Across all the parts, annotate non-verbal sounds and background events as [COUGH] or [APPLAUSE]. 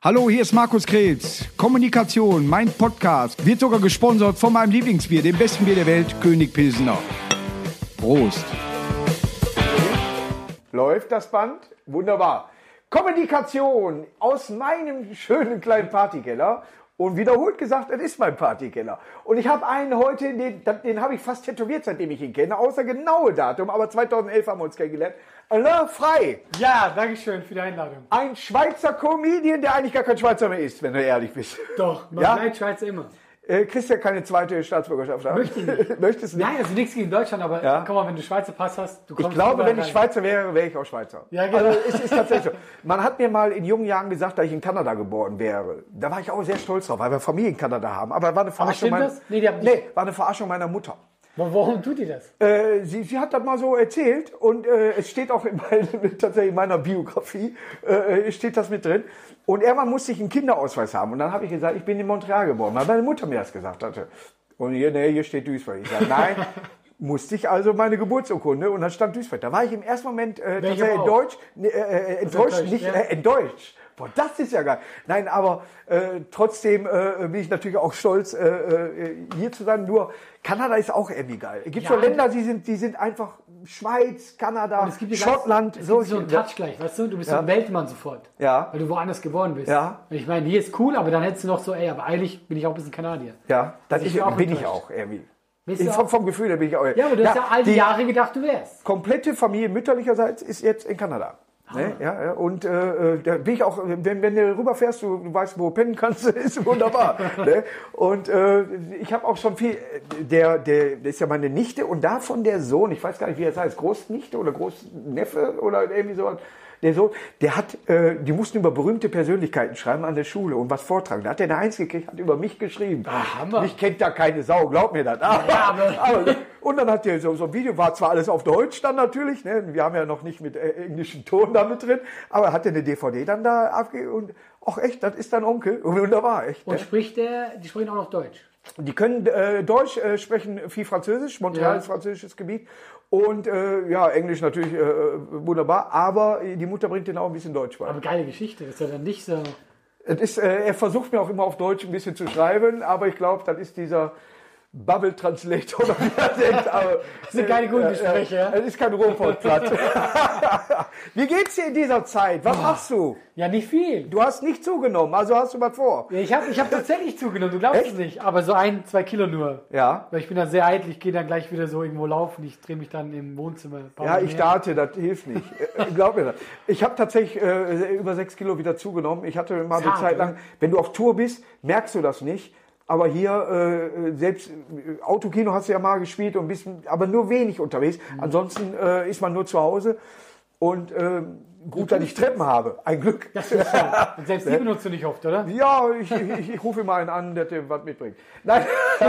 Hallo, hier ist Markus Kretz. Kommunikation, mein Podcast, wird sogar gesponsert von meinem Lieblingsbier, dem besten Bier der Welt, König Pilsener. Prost. Läuft das Band? Wunderbar. Kommunikation aus meinem schönen kleinen Partykeller. Und wiederholt gesagt, das ist mein Partykeller. Und ich habe einen heute, den, den habe ich fast tätowiert, seitdem ich ihn kenne, außer genaue Datum, aber 2011 haben wir uns kennengelernt. Alain Frey, Ja, danke schön für die Einladung. ein Schweizer Comedian, der eigentlich gar kein Schweizer mehr ist, wenn du ehrlich [LAUGHS] bist. Doch, man Ja? bleibt Schweizer immer. Äh, kriegst ja keine zweite Staatsbürgerschaft. haben. Möchte ich [LAUGHS] nicht. Möchtest nicht? Nein, also nichts gegen Deutschland, aber Ja? guck mal, wenn du Schweizer Pass hast, du Ich kommst glaube, überall wenn ich rein. Schweizer wäre, wäre ich auch Schweizer. Ja, genau. Also es ist tatsächlich so. Man hat mir mal in jungen Jahren gesagt, dass ich in Kanada geboren wäre. Da war ich auch sehr stolz drauf, weil wir Familie in Kanada haben. Aber war eine Verarschung, stimmt meiner- das? Nee, die haben nee, war eine Verarschung meiner Mutter. Wa- Warum tut ihr das? Äh, sie, sie hat das mal so erzählt und äh, es steht auch in meinem, tatsächlich in meiner [LAUGHS] Biografie, äh, steht das mit drin. Und irgendwann musste ich einen Kinderausweis haben. Und dann habe ich gesagt, ich bin in Montreal geboren, weil meine Mutter mir das gesagt hatte. Und hier, nee, hier steht Duisburg. Ich sage, [LAUGHS] nein, musste ich also meine Geburtsurkunde und dann stand Duisburg. Da war ich im ersten Moment äh, Wäre ich tatsächlich aber auch. deutsch, nee, äh, äh, enttäuscht, enttäuscht, nicht ja. äh, enttäuscht. Boah, das ist ja geil. Nein, aber äh, trotzdem äh, bin ich natürlich auch stolz, äh, äh, hier zu sein. Nur Kanada ist auch irgendwie geil. Es gibt so Ja. Länder, die sind, die sind einfach Schweiz, Kanada, Es gibt hier ganz- Schottland. Es gibt so einen Touch gleich, weißt du? Du bist so ein Weltmann sofort. Ja. Weil du woanders geboren bist. Ja. Und ich meine, hier ist cool, aber dann hättest du noch so, ey, aber eigentlich bin ich auch ein bisschen Kanadier. ja, das Ich ist, bin auch bin ich enttäuscht. auch irgendwie. Bist du Ich- vom, auch? vom Gefühl her bin ich auch. Ja, aber du hast ja all die, die- Jahre gedacht, du wärst. komplette Familie mütterlicherseits ist jetzt in Kanada. Ah. Ne? Ja, ja, und äh, äh, da bin ich auch, wenn, wenn du rüberfährst, du, du weißt, wo du pennen kannst, [LAUGHS] ist wunderbar. ne? Und äh, ich habe auch schon viel, äh, der, der, das ist ja meine Nichte und davon der Sohn, ich weiß gar nicht, wie das heißt, Großnichte oder Großneffe oder irgendwie sowas, der Sohn, der hat, äh, die mussten über berühmte Persönlichkeiten schreiben an der Schule und was vortragen. Da hat der eine Eins gekriegt, hat über mich geschrieben. Ah, Hammer. Mich kennt da keine Sau, glaub mir das. Aber, Ja, [LAUGHS] aber- aber, und dann hat der so, so ein Video, war zwar alles auf Deutsch dann natürlich, ne? wir haben ja noch nicht mit äh, englischem Ton da mit drin, aber hat er eine DVD dann da abge... und ach echt, das ist dein Onkel. [LAUGHS] Und wunderbar, echt. Und Ne? spricht der, die sprechen auch noch Deutsch. Die können äh, Deutsch äh, sprechen, viel Französisch, Montreal Ja. ist französisches Gebiet und äh, ja, Englisch natürlich äh, wunderbar, aber die Mutter bringt denen auch ein bisschen Deutsch bei. Aber geile Geschichte, das ist ja dann nicht so. Es ist, äh, er versucht mir auch immer auf Deutsch ein bisschen zu schreiben, aber ich glaube, dann ist dieser Bubble Translator oder wie er nennt. Aber, das [LAUGHS] sind keine guten Gespräche, ja? Es ist kein Ruhrpottplatz. [LAUGHS] wie geht's dir in dieser Zeit? Was machst du? Ja, nicht viel. Du hast nicht zugenommen, also hast du was vor. Ich habe ich hab tatsächlich zugenommen, du glaubst Echt? es nicht. Aber so ein, zwei Kilo nur. Ja. Weil ich bin dann sehr eitel, ich gehe dann gleich wieder so irgendwo laufen, ich drehe mich dann im Wohnzimmer. Ja, ich date, das hilft nicht. Äh, Glaub mir das. Ich habe tatsächlich äh, über sechs Kilo wieder zugenommen. Ich hatte mal eine Zart, Zeit oder? lang, wenn du auf Tour bist, merkst du das nicht. Aber hier, äh, selbst äh, Autokino hast du ja mal gespielt und bist aber nur wenig unterwegs. Mhm. Ansonsten äh, ist man nur zu Hause. Und ähm, gut, dass ich Treppen habe. Ein Glück. Ja, Und selbst die benutzt du nicht oft, oder? Ja, ich, ich, ich, ich rufe mal einen an, der dir was mitbringt. Nein. [LAUGHS]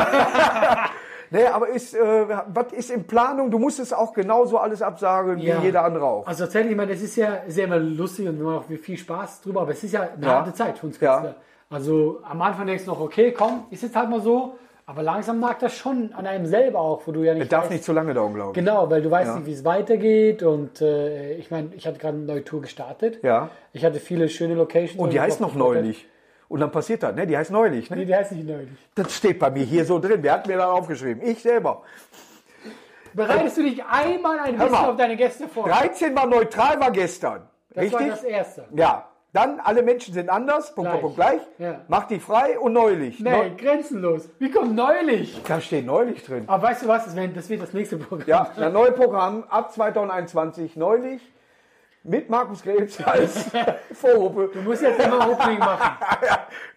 nee, aber ist, äh, was ist in Planung? Du musst es auch genauso alles absagen Ja. wie jeder andere auch. Also tatsächlich, ich meine, es ist ja sehr immer lustig und wir machen auch viel Spaß drüber, aber es ist ja eine Ja. harte Zeit für uns Ja. Künstler. Also am Anfang denkst du noch, okay, komm, ist jetzt halt mal so, aber langsam nagt das schon an einem selber auch, wo du ja nicht. Es darf weißt- nicht zu lange dauern, glaube ich. Genau, weil du weißt Ja. nicht, wie es weitergeht und äh, ich meine, ich hatte gerade eine neue Tour gestartet. Ja. Ich hatte viele schöne Locations. Und Oh, die heißt noch neulich. neulich. Und dann passiert das, ne? Die heißt neulich, Nee, ne? die heißt nicht neulich. Das steht bei mir hier so drin. Wer hat mir da aufgeschrieben? Ich selber. Bereitest du dich einmal ein Hör bisschen mal. auf deine Gäste vor? 13 war neutral war gestern. das war Richtig? das Erste. Ja. Dann alle Menschen sind anders. Punkt, Punkt, Punkt, gleich. Ja. Mach die frei und neulich. Nee, Neu- grenzenlos. Wie kommt neulich? Da steht neulich drin. Aber weißt du was, das wär- das wird das nächste Programm. [LAUGHS] Ja, ein neues Programm ab 2021 neulich mit Markus Krebs [LAUGHS] als Vorrufe. Du musst jetzt immer Opening machen.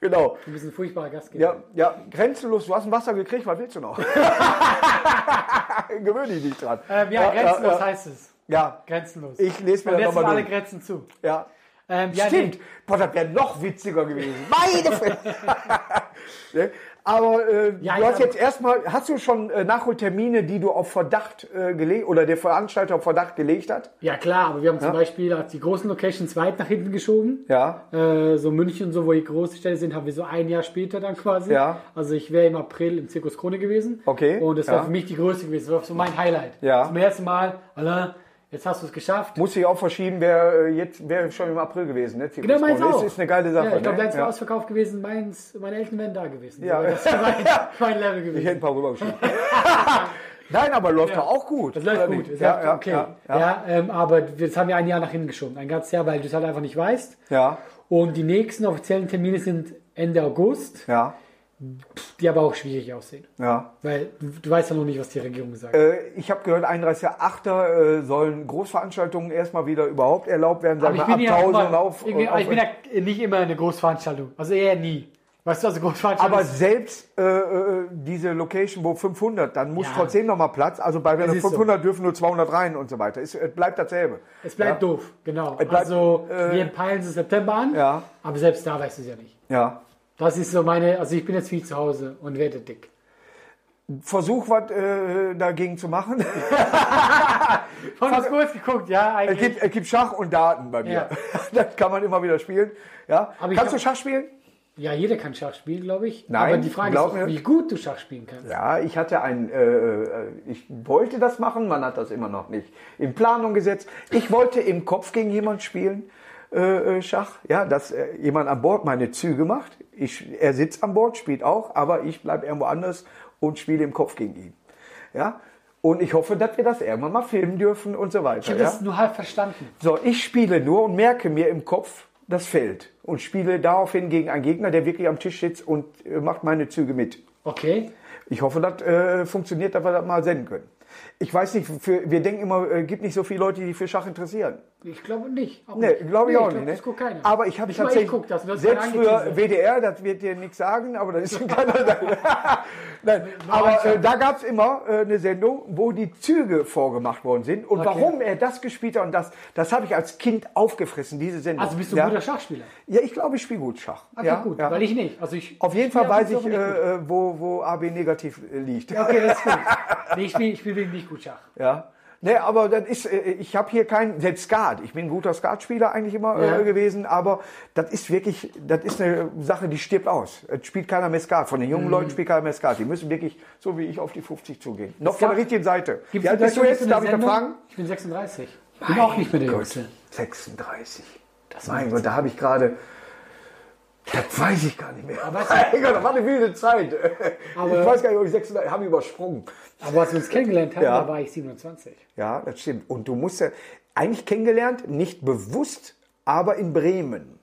Genau. Du bist ein furchtbarer Gastgeber. Ja, ja, grenzenlos. Du hast ein Wasser gekriegt. Was willst du noch? [LAUGHS] Gewöhn dich nicht dran. Ähm, ja, grenzenlos ja, ja. heißt es. Ja, Grenzenlos. Ich lese mir Und das jetzt noch sind mal alle durch. Grenzen zu. ja. Ähm, ja, Stimmt. nee. Boah, das wäre noch witziger gewesen. Meine Fresse. [LAUGHS] ne? Aber äh, Ja, du ich hast hab- jetzt erstmal, hast du schon äh, Nachholtermine, die du auf Verdacht äh, gelegt oder der Veranstalter auf Verdacht gelegt hat? ja klar, aber wir haben zum Beispiel als die großen Locations weit nach hinten geschoben. Ja. Äh, so München und so, wo die großen Städte sind, haben wir so ein Jahr später dann quasi. Ja. Also ich wäre im April im Zirkus Krone gewesen. Okay, Und das war ja. für mich die größte gewesen. Das war so mein Highlight. Ja. Zum ersten Mal, Alain, Jetzt hast du es geschafft. Muss ich auch verschieben, wäre äh, jetzt wäre schon im April gewesen. Ne? Genau, meins Ist- auch. Ist eine geile Sache. Ja, ich glaube, ne? letztes Mal ausverkauft gewesen, meins, meine Eltern wären da gewesen. Ja. Aber Das [LAUGHS] war mein, mein Level Ich hätte gewesen. ein paar rübergeschoben. [LAUGHS] Nein, aber läuft doch auch gut. Das läuft oder gut. nicht? Es Ja, läuft ja, okay. ja, Ja, ja. ähm, aber wir- das haben wir ein Jahr nach hinten geschoben. Ein ganzes Jahr, weil du es halt einfach nicht weißt. Ja, Und die nächsten offiziellen Termine sind Ende August, ja, die aber auch schwierig aussehen. ja. Weil du, du weißt ja noch nicht, was die Regierung sagt. Äh, Ich habe gehört, 31.8. äh, sollen Großveranstaltungen erstmal wieder überhaupt erlaubt werden. Sagen aber wir ich bin, ja, ab 1000 immer, auf. äh, ich bin, also auf ich bin ja nicht immer eine Großveranstaltung. Also eher nie. Weißt du, also Großveranstaltung aber ist- selbst äh, äh, diese Location, wo 500, dann muss Ja. trotzdem nochmal Platz. Also bei Es ist 500 dürfen nur 200 rein und so weiter. Es äh, bleibt dasselbe. es bleibt doof. Genau. bleibt, also äh, wir peilen es im September an, Ja. aber selbst da weißt du es ja nicht. Ja. Das ist so meine, also ich bin jetzt viel zu Hause und werde dick. Versuch, was äh, dagegen zu machen. Von das kurz geguckt, ja, Es eigentlich. gibt, es gibt Schach und Daten bei mir. Ja. [LAUGHS] Das kann man immer wieder spielen. Ja. Aber ich Kannst du hab- Schach spielen? Ja, jeder kann Schach spielen, glaube ich. Nein, aber die Frage ist, glaub auch, mir. wie gut du Schach spielen kannst. Ja, ich hatte ein, äh, äh, ich wollte das machen, man hat das immer noch nicht in Planung gesetzt. Ich wollte im Kopf gegen jemand spielen, äh, äh, Schach. Ja, dass äh, jemand an Bord meine Züge macht. Ich, er sitzt an Bord, spielt auch, aber ich bleibe irgendwo anders und spiele im Kopf gegen ihn. Ja, und ich hoffe, dass wir das irgendwann mal filmen dürfen und so weiter. Ich habe ja? das nur halb verstanden. So, ich spiele nur und merke mir im Kopf das Feld und spiele daraufhin gegen einen Gegner, der wirklich am Tisch sitzt und äh, macht meine Züge mit. Okay. Ich hoffe, das äh, funktioniert, dass wir das mal senden können. Ich weiß nicht, für, wir denken immer, äh, gibt nicht so viele Leute, die sich für Schach interessieren. Ich glaube nicht. Auch Nee, nicht. glaube ich Nee, auch glaub, nicht. Das ne? guckt keiner. Aber ich habe Nicht mal tatsächlich, Ich guck das. und das wird selbst früher angeteasert. WDR, das wird dir nichts sagen, aber das [LAUGHS] ist keiner da. Nein, aber äh, da gab es immer äh, eine Sendung, wo die Züge vorgemacht worden sind und Okay. warum er das gespielt hat und das, das habe ich als Kind aufgefressen, diese Sendung. Also bist du ein ja? guter Schachspieler. Ja, ich glaube, ich spiele gut Schach. Okay, ja, gut. ja. Weil ich nicht. Also ich Auf jeden spiele Fall weiß ab und ich, zu, aber nicht gut. äh, äh, wo, wo AB negativ äh, liegt. Ja, Okay, das ist gut. Nee, ich spiele ich spiel wirklich nicht gut Schach. Ja. Nee, aber das ist, äh, ich habe hier keinen, selbst Skat, ich bin ein guter Skatspieler eigentlich immer Ja. äh, gewesen, aber das ist wirklich, das ist eine Sache, die stirbt aus. Es spielt keiner mehr Skat, von den Mhm. jungen Leuten spielt keiner mehr Skat. Die müssen wirklich, so wie ich, auf die 50 zugehen. Noch von gab- der richtigen Seite. Gibt's Wie alt bist du vielleicht jetzt? irgendeine Darf ich da Sendung? fragen? Ich bin 36. Ich bin auch nicht mehr der Gott, Jüngste. 36. Das war mein jetzt- Gott, da habe ich gerade, das weiß ich gar nicht mehr. Aber was- [LAUGHS] mein Gott, das war eine wilde Zeit. Aber- ich weiß gar nicht, ob ich 36, habe ich übersprungen. Aber als wir uns kennengelernt haben, Ja. da war ich 27. Ja, das stimmt. Und du musst ja eigentlich kennengelernt, nicht bewusst, aber in Bremen.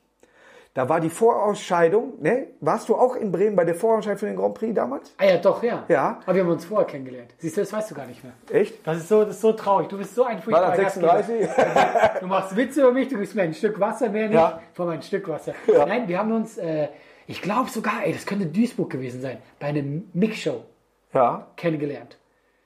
Da war die Vorausscheidung, ne? Warst du auch in Bremen bei der Vorausscheidung für den Grand Prix damals? Ah ja, doch, ja. Ja. Aber wir haben uns vorher kennengelernt. Siehst du, das weißt du gar nicht mehr. Echt? Das ist so, das ist so traurig. Du bist so ein War furchtbarer das Gastgeber. 36? Du machst Witze über mich, du gibst mir ein Stück Wasser, mehr nicht. Ja. Vor allem ein Stück Wasser. Nein, wir haben uns, äh, ich glaube sogar, ey, das könnte Duisburg gewesen sein, bei einer Mixshow [LAUGHS] Ja, kennengelernt.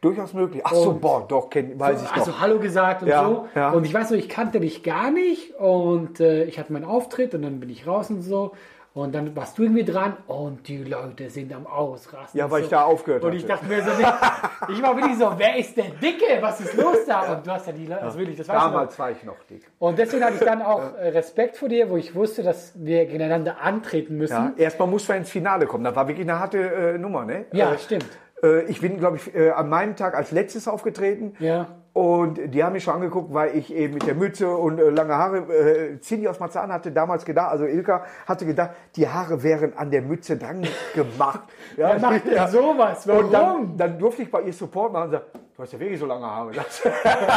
durchaus möglich. Ach so, Und- boah, doch, kenn, weiß ich also noch. Hallo gesagt und Ja, so. ja. Und ich weiß noch, ich kannte dich gar nicht und äh, ich hatte meinen Auftritt und dann bin ich raus und so. Und dann warst du irgendwie dran und die Leute sind am Ausrasten. Ja, und weil so. ich da aufgehört Und ich hatte. dachte mir so, nee, ich war wirklich so, wer ist der Dicke? Was ist los da? Und du hast ja die Leute, also wirklich, das weißt du noch. Damals war ich noch dick. Und deswegen hatte ich dann auch äh, Respekt vor dir, wo ich wusste, dass wir gegeneinander antreten Ja, müssen. erstmal mussten wir ins Finale kommen. Das war wirklich eine harte äh, Nummer, ne? Ja, äh, stimmt. Äh, ich bin, glaube ich, äh, an meinem Tag als letztes aufgetreten. Ja. Und die haben mich schon angeguckt, weil ich eben mit der Mütze und äh, lange Haare, äh, Cindy aus Marzahn hatte damals gedacht, also Ilka hatte gedacht, die Haare wären an der Mütze dran gemacht. ja, Wer macht denn sowas? Warum? und dann, dann durfte ich bei ihr Support machen und sagen, du hast ja wirklich so lange Haare. [LAUGHS]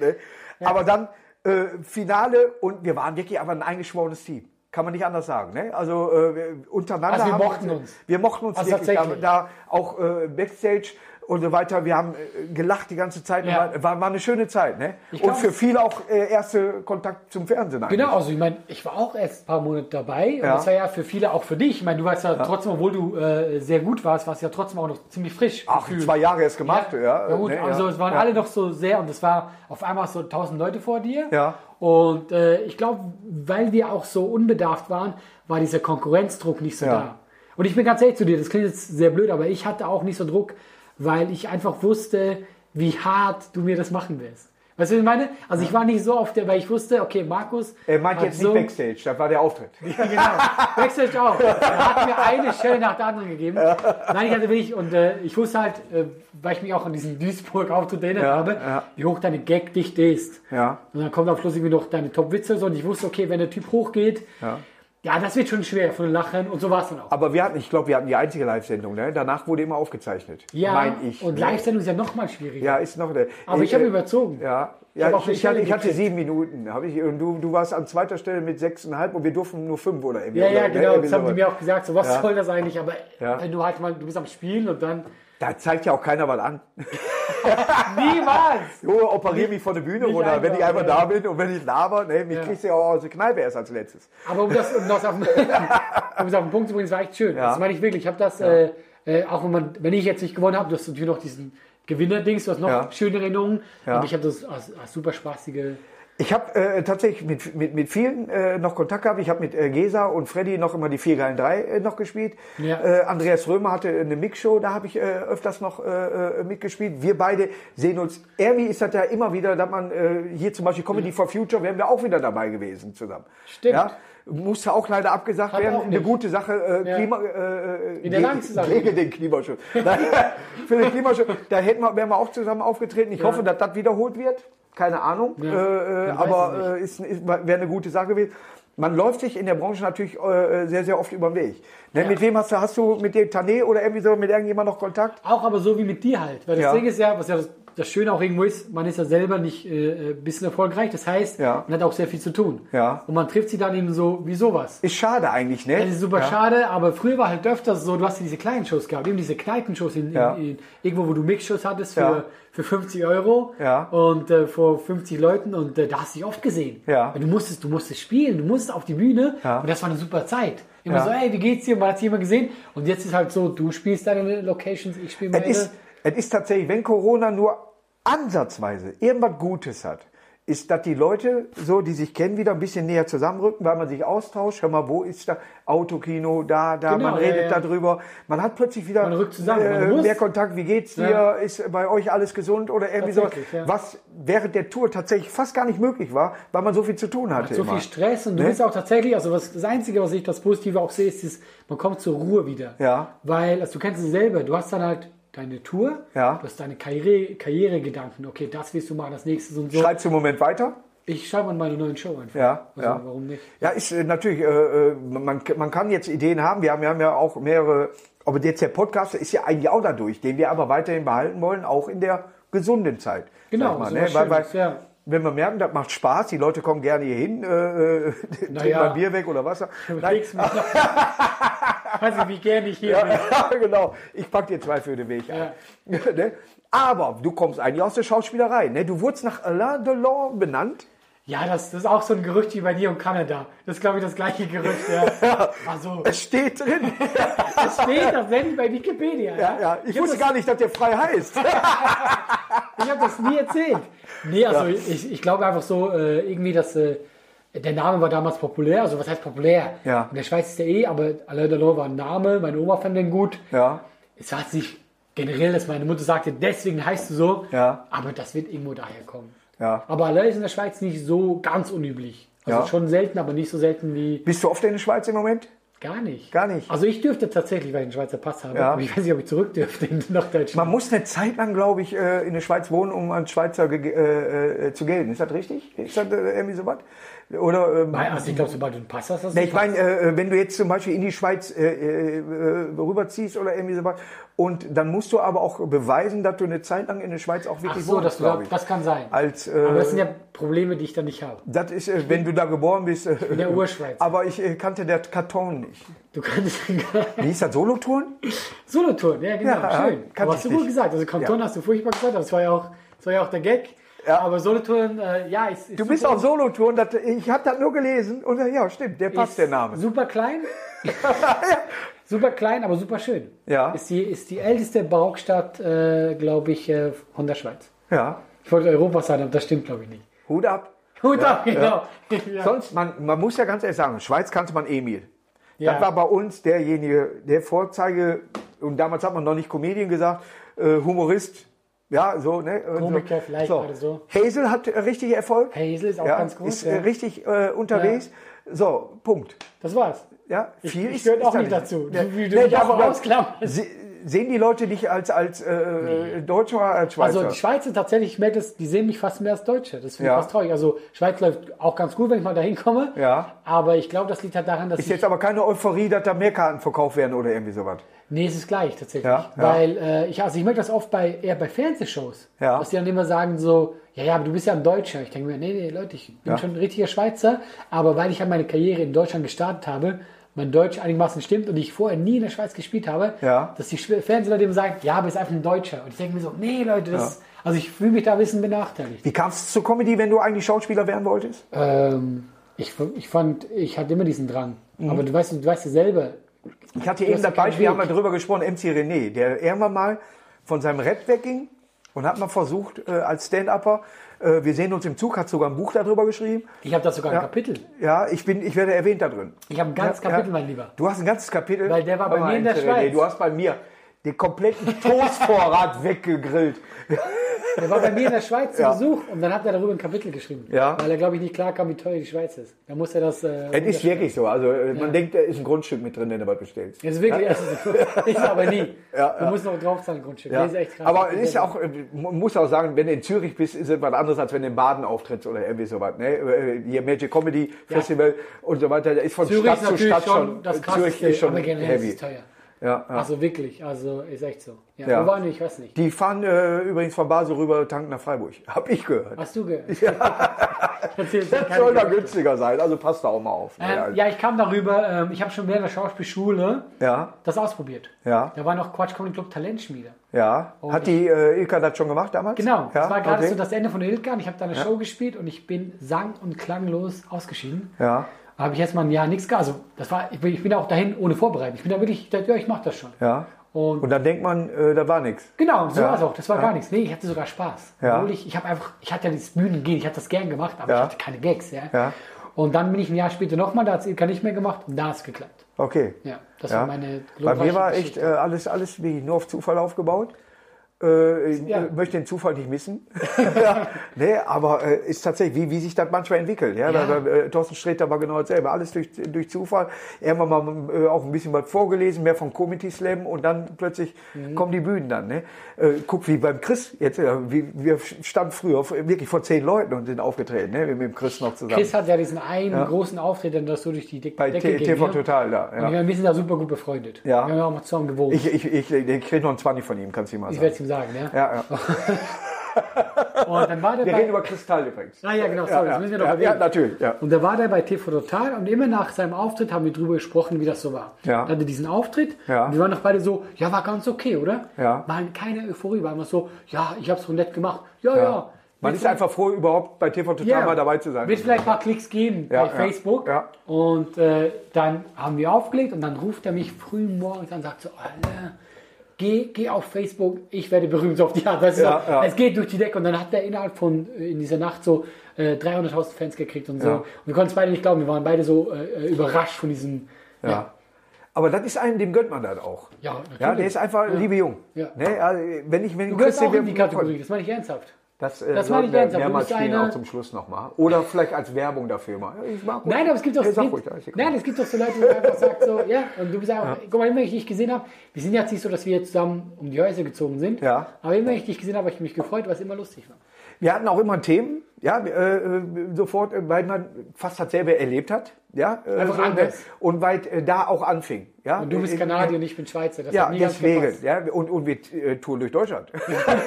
ne? Aber dann äh, Finale und wir waren wirklich aber ein eingeschworenes Team. Kann man nicht anders sagen. Ne? Also äh, wir- untereinander. Also wir haben mochten uns. Wir mochten uns Also wirklich. Da, tatsächlich. da auch äh, Backstage und so weiter. Wir haben äh, gelacht die ganze Zeit. und Ja. War, war, war eine schöne Zeit. Ne? Und glaub- für viele auch äh, erste Kontakt zum Fernsehen. eigentlich. Genau, also ich meine, ich war auch erst ein paar Monate dabei und Ja. das war ja für viele auch für dich. Ich meine, du warst ja, trotzdem, obwohl du äh, sehr gut warst, warst du ja trotzdem auch noch ziemlich frisch. Ach, gefühlt. zwei Jahre erst gemacht. Ja, Ja, gut, ne? also ja. es waren alle noch so sehr und es war auf einmal so tausend Leute vor dir. Ja. Und äh, ich glaube, weil wir auch so unbedarft waren, war dieser Konkurrenzdruck nicht so Ja. da. Und ich bin ganz ehrlich zu dir, das klingt jetzt sehr blöd, aber ich hatte auch nicht so Druck, weil ich einfach wusste, wie hart du mir das machen wirst. Weißt du, was ich meine? Also ich war nicht so auf der, weil ich wusste, okay, Markus. Er meint hat jetzt so- nicht Backstage, das war der [LAUGHS] Auftritt. genau. Backstage [LAUGHS] auch. Er hat mir eine Stelle nach der anderen gegeben. Nein, ich hatte wirklich, und äh, ich wusste halt, äh, weil ich mich auch an diesen Duisburg-Auftritt erinnert Ja, habe, ja. wie hoch deine Gagdichte ist. Ja. Und dann kommen am Schluss irgendwie noch deine Top-Witze so, und ich wusste, okay, wenn der Typ hochgeht, Ja. ja, das wird schon schwer von den Lachen und so war es dann auch. Aber wir hatten, ich glaube, wir hatten die einzige Live-Sendung. Ne? Danach wurde immer aufgezeichnet. ja, mein ich. und ne? Live-Sendung ist ja nochmal schwieriger. Ja, ist noch der. Aber ich habe äh, überzogen. Ja, Ich ja habe auch ich, eine ich, hatte, ich Stelle hatte sieben Minuten. Hab ich, und du, du warst an zweiter Stelle mit sechseinhalb und wir durften nur fünf oder irgendwie. Ja, ja, oder, ne, genau. irgendwie Das haben die sowas. mir auch gesagt. So, was Ja. soll das eigentlich? Aber Ja. wenn du halt mal, du bist am Spielen [LAUGHS] und dann. Da zeigt ja auch keiner was an. Niemals! Junge, operiere mich von der Bühne nicht runter, wenn ich einfach, einfach ja. da bin und wenn ich laber, ne, mich Ja. kriegst du ja auch aus der Kneipe erst als letztes. Aber um das, um das auf, den, [LAUGHS] um es auf den Punkt zu bringen, es war echt schön. Das meine ich wirklich. Ich habe das, äh, äh, auch wenn, man, wenn ich jetzt nicht gewonnen habe, du hast natürlich noch diesen Gewinner-Dings, du hast noch Ja. schöne Erinnerungen. Ja. Und ich habe das als, als super spaßige. Ich habe äh, tatsächlich mit, mit, mit vielen äh, noch Kontakt gehabt. Ich habe mit äh, Gesa und Freddy noch immer die vier geilen drei äh, noch gespielt. Ja. Äh, Andreas Römer hatte eine Mixshow, da habe ich äh, öfters noch äh, äh, mitgespielt. Wir beide sehen uns. Irgendwie ist das ja immer wieder, dass man äh, hier zum Beispiel Comedy for Future, wären wir auch wieder dabei gewesen zusammen. Stimmt. Ja? Musste auch leider abgesagt Hat werden. auch Eine nicht. gute Sache. Äh, Ja. Klima, äh, In der ge- Langsam. Gegen den [LAUGHS] Klimaschutz. Nein, [LAUGHS] Für den Klimaschutz. Da hätten wir, wären wir auch zusammen aufgetreten. Ich hoffe, dass das wiederholt wird. Keine Ahnung. Ja. Äh, äh, Man weiß es aber äh, ist, ist, wäre eine gute Sache gewesen. Man läuft sich in der Branche natürlich äh, sehr, sehr oft über den Weg. Ne, Ja. Mit wem hast du, hast du mit dem Tané oder irgendwie so mit irgendjemand noch Kontakt? Auch aber so wie mit dir halt. Weil das Ja. Ding ist ja, was ja das, das Schöne auch irgendwo ist, man ist ja selber nicht äh, ein bisschen erfolgreich. Das heißt, Ja. man hat auch sehr viel zu tun. Ja. Und man trifft sie dann eben so wie sowas. Ist schade eigentlich, ne? Das ist super ja. schade, aber früher war halt öfters so, du hast ja diese kleinen Shows gehabt, eben diese Kneipenshows in, in, Ja. in, irgendwo, wo du Mixshows hattest für, Ja. für 50 Euro Ja. und äh, vor 50 Leuten und äh, da hast du dich oft gesehen. Ja. Weil du musstest, du musstest spielen, du musstest auf die Bühne Ja. und das war eine super Zeit. Immer Ja. so, ey, wie geht's dir? Man hat jemand gesehen und jetzt ist halt so, du spielst deine Locations, ich spiele meine. Es ist, es ist tatsächlich, wenn Corona nur ansatzweise irgendwas Gutes hat, ist, dass die Leute, so, die sich kennen, wieder ein bisschen näher zusammenrücken, weil man sich austauscht. Schau mal, wo ist da Autokino, da, da, Genau, man ja, redet ja. darüber. Man hat plötzlich wieder Man rückt zusammen, man äh, muss. mehr Kontakt. Wie geht's dir? Ja. Ist bei euch alles gesund oder irgendwie so? Tatsächlich, ja. Was während der Tour tatsächlich fast gar nicht möglich war, weil man so viel zu tun hatte. so immer. viel Stress und du Ne? bist auch tatsächlich, also was, das Einzige, was ich das Positive auch sehe, ist, ist man kommt zur Ruhe wieder. Ja. Weil, also du kennst es selber, du hast dann halt deine Tour, Ja. du hast deine Karriere, Karrieregedanken, okay, das willst du machen, das nächste und so. Schreibst du im Moment weiter? Ich schreibe an meine neuen Show einfach. Ja, also, ja. warum nicht? Ja, ist äh, natürlich, äh, äh, man, man kann jetzt Ideen haben. Wir haben, wir haben ja auch mehrere, aber jetzt der Podcast ist ja eigentlich auch dadurch, den wir aber weiterhin behalten wollen, auch in der gesunden Zeit. sag Genau, ich mal, so ne? was weil, weil, Schönes, ja. Wenn wir merken, das macht Spaß, die Leute kommen gerne hier hin, äh, [LAUGHS] äh, trinken Naja. mal Bier weg oder Wasser. Nein, [LAUGHS] Überleg's mir. Weiß nicht, wie gerne ich hier bin. ja, genau. Ich pack dir zwei für den Weg ein. [LAUGHS] ne? Aber du kommst eigentlich aus der Schauspielerei. Ne? Du wurdest nach Alain Delon benannt. Ja, das, das ist auch so ein Gerücht wie bei dir und Kanada. Das ist, glaube ich, das gleiche Gerücht. [LAUGHS] Ja. Also, Es steht drin. das steht tatsächlich bei Wikipedia. ja, ja. Ich wusste gar nicht, dass der frei [LAUGHS] heißt. Ich habe das nie erzählt. Nee, also ich, ich glaube einfach so, äh, irgendwie, dass äh, der Name war damals populär. Also was heißt populär? Ja. In der Schweiz ist der eh, aber Alain Delon war ein Name, meine Oma fand den gut. ja. Es hat sich generell, dass meine Mutter sagte, deswegen heißt du so. Ja. Aber das wird irgendwo daher kommen. Ja. Aber Alain ist in der Schweiz nicht so ganz unüblich. Also Ja. schon selten, aber nicht so selten wie Bist du oft in der Schweiz im Moment? gar nicht. Gar nicht. Also ich dürfte tatsächlich, weil ich einen Schweizer Pass habe, Ja. aber ich weiß nicht, ob ich zurück dürfte nach Deutschland. Man muss eine Zeit lang, glaube ich, äh, in der Schweiz wohnen, um als Schweizer ge- äh, äh, zu gelten. Ist das richtig? Ist das äh, irgendwie so was? Oder, ähm, Weil, Also ich glaube, sobald du einen Pass hast, hast du ne, einen ich Pass. meine, äh, wenn du jetzt zum Beispiel in die Schweiz äh, äh, äh, rüberziehst oder irgendwie so was, und dann musst du aber auch beweisen, dass du eine Zeit lang in der Schweiz auch Ach wirklich so, wohnst, das, glaube ich. das kann sein. Als, Aber das sind äh, ja Probleme, die ich dann nicht habe. das ist, äh, wenn du da geboren bist. Äh, der Urschweizer. Aber ich äh, kannte der Karton nicht. Du kannst [LAUGHS] Wie hieß das? [LAUGHS] Solothurn? Solothurn, ja genau, Ja, schön. kannte Aber hast ich du gut nicht. gesagt. Also Kanton hast du furchtbar gesagt, aber das war ja auch, das war ja auch der Gag. Ja. Aber Solothurn, äh, ja, ist, ist Du bist super- auf Solothurn. das- Ich habe das nur gelesen. Und äh, ja, stimmt, der passt, ist der Name. Super [LAUGHS] klein. super klein, aber super schön. Ja. Ist die, ist die älteste Barockstadt, äh, glaube ich, äh, von der Schweiz. Ja, Ich wollte Europa sein, aber das stimmt, glaube ich, nicht. [LAUGHS] Hut ab. Gut, ab, [LAUGHS] genau. Ja. Sonst, man, man muss ja ganz ehrlich sagen, Schweiz kannte man Emil. Ja. Das war bei uns derjenige, der Vorzeige, und damals hat man noch nicht Comedian gesagt, äh, Humorist, Ja, so, ne? und Komiker vielleicht so. gerade so. Hazel hat äh, richtig Erfolg. Hazel ist auch ja, ganz gut. Ist äh, ja. richtig äh, unterwegs. So, Punkt. Das war's. Ja, viel ich ist- gehört ist auch da nicht dazu. Ne, Wie du ne, mich doch, einfach doch. ausklammerst. Se- Sehen die Leute dich als, als äh, Deutscher oder als Schweizer? Also die Schweizer tatsächlich, ich merke das, die sehen mich fast mehr als Deutsche. Das finde Ja. ich fast traurig. Also Schweiz läuft auch ganz gut, wenn ich mal dahin komme. Ja. Aber ich glaube, das liegt halt daran, dass ist ich, jetzt aber keine Euphorie, dass da mehr Karten verkauft werden oder irgendwie sowas. nee, es ist gleich tatsächlich, Ja, ja. weil äh, ich also ich merke das oft bei eher bei Fernsehshows, Ja. dass die dann immer sagen so, ja ja, aber du bist ja ein Deutscher. Ich denke mir, nee nee Leute, ich bin Ja. schon ein richtiger Schweizer, aber weil ich ja meine Karriere in Deutschland gestartet habe. Mein Deutsch einigermaßen stimmt und ich vorher nie in der Schweiz gespielt habe, Ja. dass die Schwe- Fernsehleute immer sagen, ja, aber ist einfach ein Deutscher. Und ich denke mir so, nee, Leute, das, also ich fühle mich da ein bisschen benachteiligt. Wie kamst du zur Comedy, wenn du eigentlich Schauspieler werden wolltest? Ähm, ich, ich fand, ich hatte immer diesen Drang. Mhm. Aber du weißt, du weißt ja selber. Ich hatte Du eben hast das keinen Beispiel, haben wir Weg. drüber gesprochen, MC René, der irgendwann mal von seinem Rap wegging und hat mal versucht, äh, als Stand-Upper, äh, wir sehen uns im Zug, hat sogar ein Buch darüber geschrieben. Ich habe da sogar ein Kapitel. Ja, ich, bin, ich werde erwähnt da drin. Ich habe ein ganzes Ja, Kapitel, ja. mein Lieber. Du hast ein ganzes Kapitel. Weil der war bei Hör mal, mir in der MC René, Schweiz. Du hast bei mir den kompletten Toastvorrat [LAUGHS] weggegrillt. Der war bei mir in der Schweiz zu Ja. Besuch und dann hat er darüber ein Kapitel geschrieben. Ja. Weil er, glaube ich, nicht klar kam, wie teuer die Schweiz ist. Da muss er das. Äh, Es ist wirklich so. Also äh, man denkt, da ist ein Grundstück mit drin, wenn du was bestellst. Es ist wirklich, es ist, [LAUGHS] ist aber nie. Ja, du ja. musst noch draufzahlen, Grundstück. Ja. Das ist echt krass. Aber es ist ja auch, äh, man muss auch sagen, wenn du in Zürich bist, ist es was anderes, als wenn du in Baden auftrittst oder irgendwie sowas. Ne? Äh, Hier Magic Comedy Festival und so weiter. Da ist von Zürich Stadt zu natürlich Stadt schon, schon das äh, Zürich krasseste, ist schon aber generell ist heavy. es teuer. Ja, ja. Also wirklich, also ist echt so. Ja, Ja. Wo waren wir? Ich weiß nicht. Die fahren äh, übrigens von Basel rüber, tanken nach Freiburg. [LAUGHS] Hab ich gehört. Hast du gehört? [LAUGHS] Ja. Erzähl's mir Das keine soll da Geschichte. günstiger sein, also passt da auch mal auf. ne? Ähm, ja, ich kam darüber, ähm, ich habe schon während der Schauspielschule Ja. das ausprobiert. Ja. Da war noch Quatsch Comedy Club Talentschmiede. ja. Oh, Hat ich- die äh, Ilka das schon gemacht damals? Genau, ja? das war gerade okay. so das Ende von Ilka und ich habe da eine Show gespielt und ich bin sang- und klanglos ausgeschieden. Ja. Da habe ich erstmal ein Jahr nichts gehabt. Also das war, ich bin, ich bin auch dahin ohne Vorbereitung. Ich bin da wirklich, ich dachte, ja, ich mache das schon. Ja. Und, Und dann denkt man, äh, da war nichts. genau, so Ja. war es auch. Das war gar nichts. Nee, ich hatte sogar Spaß. Ja. Obwohl ich, ich habe einfach, ich hatte ja dieses Bühnengehen, ich hatte das gern gemacht, aber Ja. ich hatte keine Gags. Ja. Ja. Und dann bin ich ein Jahr später nochmal, da hat es Ilka nicht mehr gemacht und da hat es geklappt. Okay. Ja, das Ja. war meine Bei mir glorreiche war echt Geschichte. äh, alles, alles wie nur auf Zufall aufgebaut. Äh, ich Ja. äh, möchte den Zufall nicht missen. [LAUGHS] ja. Nee, aber äh, ist tatsächlich, wie, wie sich das manchmal entwickelt. Ja? Ja. Da, da, äh, Thorsten Sträter war genau dasselbe. Alles durch, durch Zufall. Irgendwann mal äh, auch ein bisschen was vorgelesen, mehr vom Comedy Slam und dann plötzlich Mhm. kommen die Bühnen dann. Ne? Äh, guck, wie beim Chris jetzt, äh, wie, wir standen früher vor- wirklich vor zehn Leuten und sind aufgetreten, ne? mit dem Chris noch zusammen. Chris hat ja diesen einen großen Auftritt, dann das so durch die Dick Bei Decke T- ging. TV ne? Total da. Und ich Ja. meine, wir sind da super gut befreundet. Ja. Wir haben ja auch mal zusammen gewohnt. Ich, Ich, ich, ich, ich kriege noch einen 20 von ihm, kannst du ihm mal werde sagen. es ihm sagen, ne? Ja, ja. Und dann war der Wir bei, reden über Kristall übrigens. Ah ja, genau, sorry, das müssen wir noch ja, erwähnen. ja, natürlich, ja. Und da war der bei TV Total und immer nach seinem Auftritt haben wir drüber gesprochen, wie das so war. Ja. Er hatte diesen Auftritt Ja. und wir waren noch beide so, ja, war ganz okay, oder? Ja. Waren keine Euphorie, war immer so, ja, ich habe es so nett gemacht. Ja, ja. Man Mit ist einfach froh, überhaupt bei TV Total Ja. mal dabei zu sein. Wird vielleicht ein paar Klicks geben Ja, bei ja, Facebook. ja. Und äh, dann haben wir aufgelegt und dann ruft er mich früh morgens an und sagt so, Alter, geh, geh auf Facebook, ich werde berühmt so auf die Art. Weißt du, Ja, so, ja. Es geht durch die Decke und dann hat er innerhalb von äh, in dieser Nacht so äh, 300.000 Fans gekriegt und so. Ja. Und wir konnten es beide nicht glauben, wir waren beide so äh, überrascht von diesem. Ja. Aber das ist einem, dem gönnt man dann auch. Ja, natürlich. Ja, der ist einfach liebe Jung. Ja. Ne? Also, wenn ich, wenn du gehörst Christi- auch in die Kategorie, das meine ich ernsthaft. Das, äh, Das sollten meine ich wir ernsthaft. Du mehrmals bist spielen, eine- auch zum Schluss nochmal. Oder vielleicht als Werbung dafür mal. Ich mag ruhig. Nein, aber es gibt auch, Ja, sag es ruhig, gibt, ja, ist egal. nein, es gibt auch so Leute, die einfach sagt so, ja, und du bist einfach, guck mal, immer wenn ich dich gesehen habe, wir sind jetzt nicht so, dass wir zusammen um die Häuser gezogen sind, Ja. aber immer wenn ich dich gesehen habe, habe ich mich gefreut, was immer lustig war. Wir hatten auch immer Themen, ja, äh, äh, sofort, äh, weil man fast dasselbe erlebt hat, ja, äh, Einfach ne? anders. und weil äh, da auch anfing, ja. Und du bist Äh, Kanadier und ich bin Schweizer, das Ja, hat nie ganz deswegen, gepasst. [LAUGHS] ja, und, und wir äh, touren durch Deutschland. Das ist alles,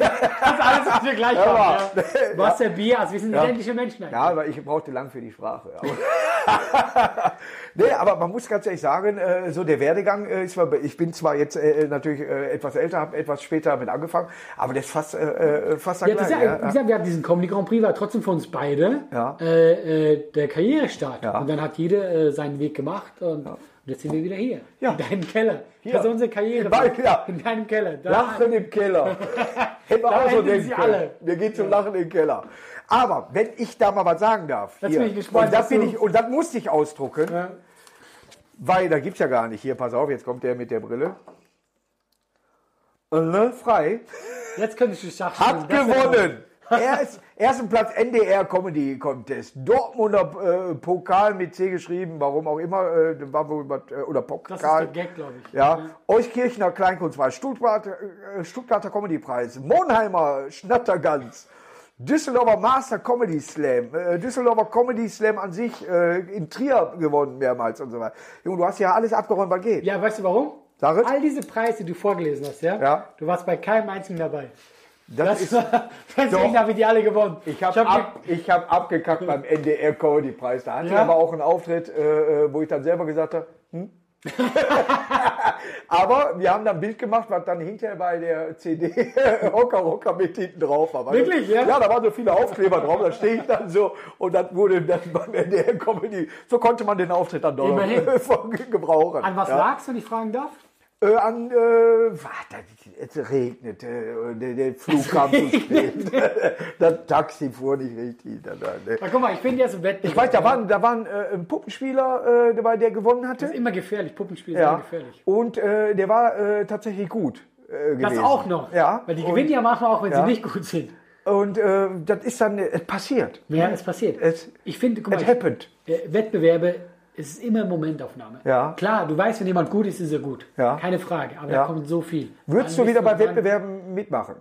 was wir gleich Ja, haben. Ja. Wasser, Bier, also wir sind identische Menschen eigentlich. Ja, aber ich brauchte lang für die Sprache. Aber [LAUGHS] nee, aber man muss ganz ehrlich sagen, äh, so der Werdegang äh, ist, mal- ich bin zwar jetzt äh, natürlich äh, etwas älter, habe etwas später damit angefangen, aber das ist fast, äh, äh, fast Ja, das ist ja, gleich, ja. wie gesagt, wir hatten diesen Comedy Grand Prix, war trotzdem für uns beide Ja. äh, äh, der Karrierestart. Ja. Und dann hat jeder äh, seinen Weg gemacht und, und jetzt sind wir wieder hier. Ja. In deinem Keller. Hier. Das ist unsere Karriere. Bald, ja. In deinem Keller. Da- Lachen im [LAUGHS] Keller. Hätten wir Da auch so hätten denken sie können. alle. Wir gehen zum Lachen im Keller. Aber wenn ich da mal was sagen darf. Jetzt hier, bin ich gespannt, Und das, was du- bin ich, und das musste ich ausdrucken. Ja. Weil, da gibt's ja gar nicht. Hier, pass auf, jetzt kommt der mit der Brille. Ne, frei. Jetzt könntest du Schach Hat spielen. Das wär gewonnen. Er ist, ersten Platz NDR Comedy Contest. Dortmunder äh, Pokal mit C geschrieben, warum auch immer, äh, war wohl, was, äh, oder Pokal. Das ist der Gag, glaube ich. Ja, Euskirchener Kleinkunstpreis, Stuttgarter, äh, Stuttgarter Comedypreis, Monheimer Schnattergans, Düsseldorfer Master Comedy Slam, äh, Düsseldorfer Comedy Slam an sich äh, in Trier gewonnen mehrmals und so weiter. Junge, du hast ja alles abgeräumt, was geht. Ja, weißt du warum? Sag es. All diese Preise, die du vorgelesen hast, ja? Ja. Du warst bei keinem einzigen dabei. das Das ist, war, deswegen Doch. habe ich die alle gewonnen. ich habe hab ab, ich hab abgekackt beim NDR Comedy Preis. Da hatte ich Ja. aber auch einen Auftritt, äh, äh, wo ich dann selber gesagt habe, hm? [LAUGHS] aber wir haben dann ein Bild gemacht, was dann hinterher bei der [LAUGHS] CD Rocker Rocker mit hinten drauf war. Weil Wirklich, das, ja? Ja, da waren so viele Aufkleber drauf, da stehe ich dann so und das wurde dann beim NDR Comedy, so konnte man den Auftritt dann doch noch Immerhin. [LAUGHS] von- gebrauchen. an was ja. lagst, wenn ich fragen darf? Äh, an, äh, warte, es regnet, äh, der, [LAUGHS] der Flug kam zu spät. [LAUGHS] das Taxi fuhr nicht richtig. Da, da, ne. Na, guck mal, ich bin ja so wett. Ich weiß, da waren, da waren äh, ein Puppenspieler äh, dabei, der gewonnen Das ist hatte. immer gefährlich. Puppenspiel ist Ja. immer gefährlich. Und äh, der war äh, tatsächlich gut. Äh, Das gewesen. auch noch. Ja. Weil die Und- gewinnen ja manchmal auch, wenn Ja. sie nicht gut sind. Und äh, das ist dann äh, passiert. Ja, es passiert. Es- ich finde, guck It mal, happened. äh, Wettbewerbe, es ist immer Momentaufnahme. Ja. Klar, du weißt, wenn jemand gut ist, ist er gut. Ja. Keine Frage. Aber Ja. da kommt so viel. Würdest Dann du wieder bist bei Wettbewerben mitmachen?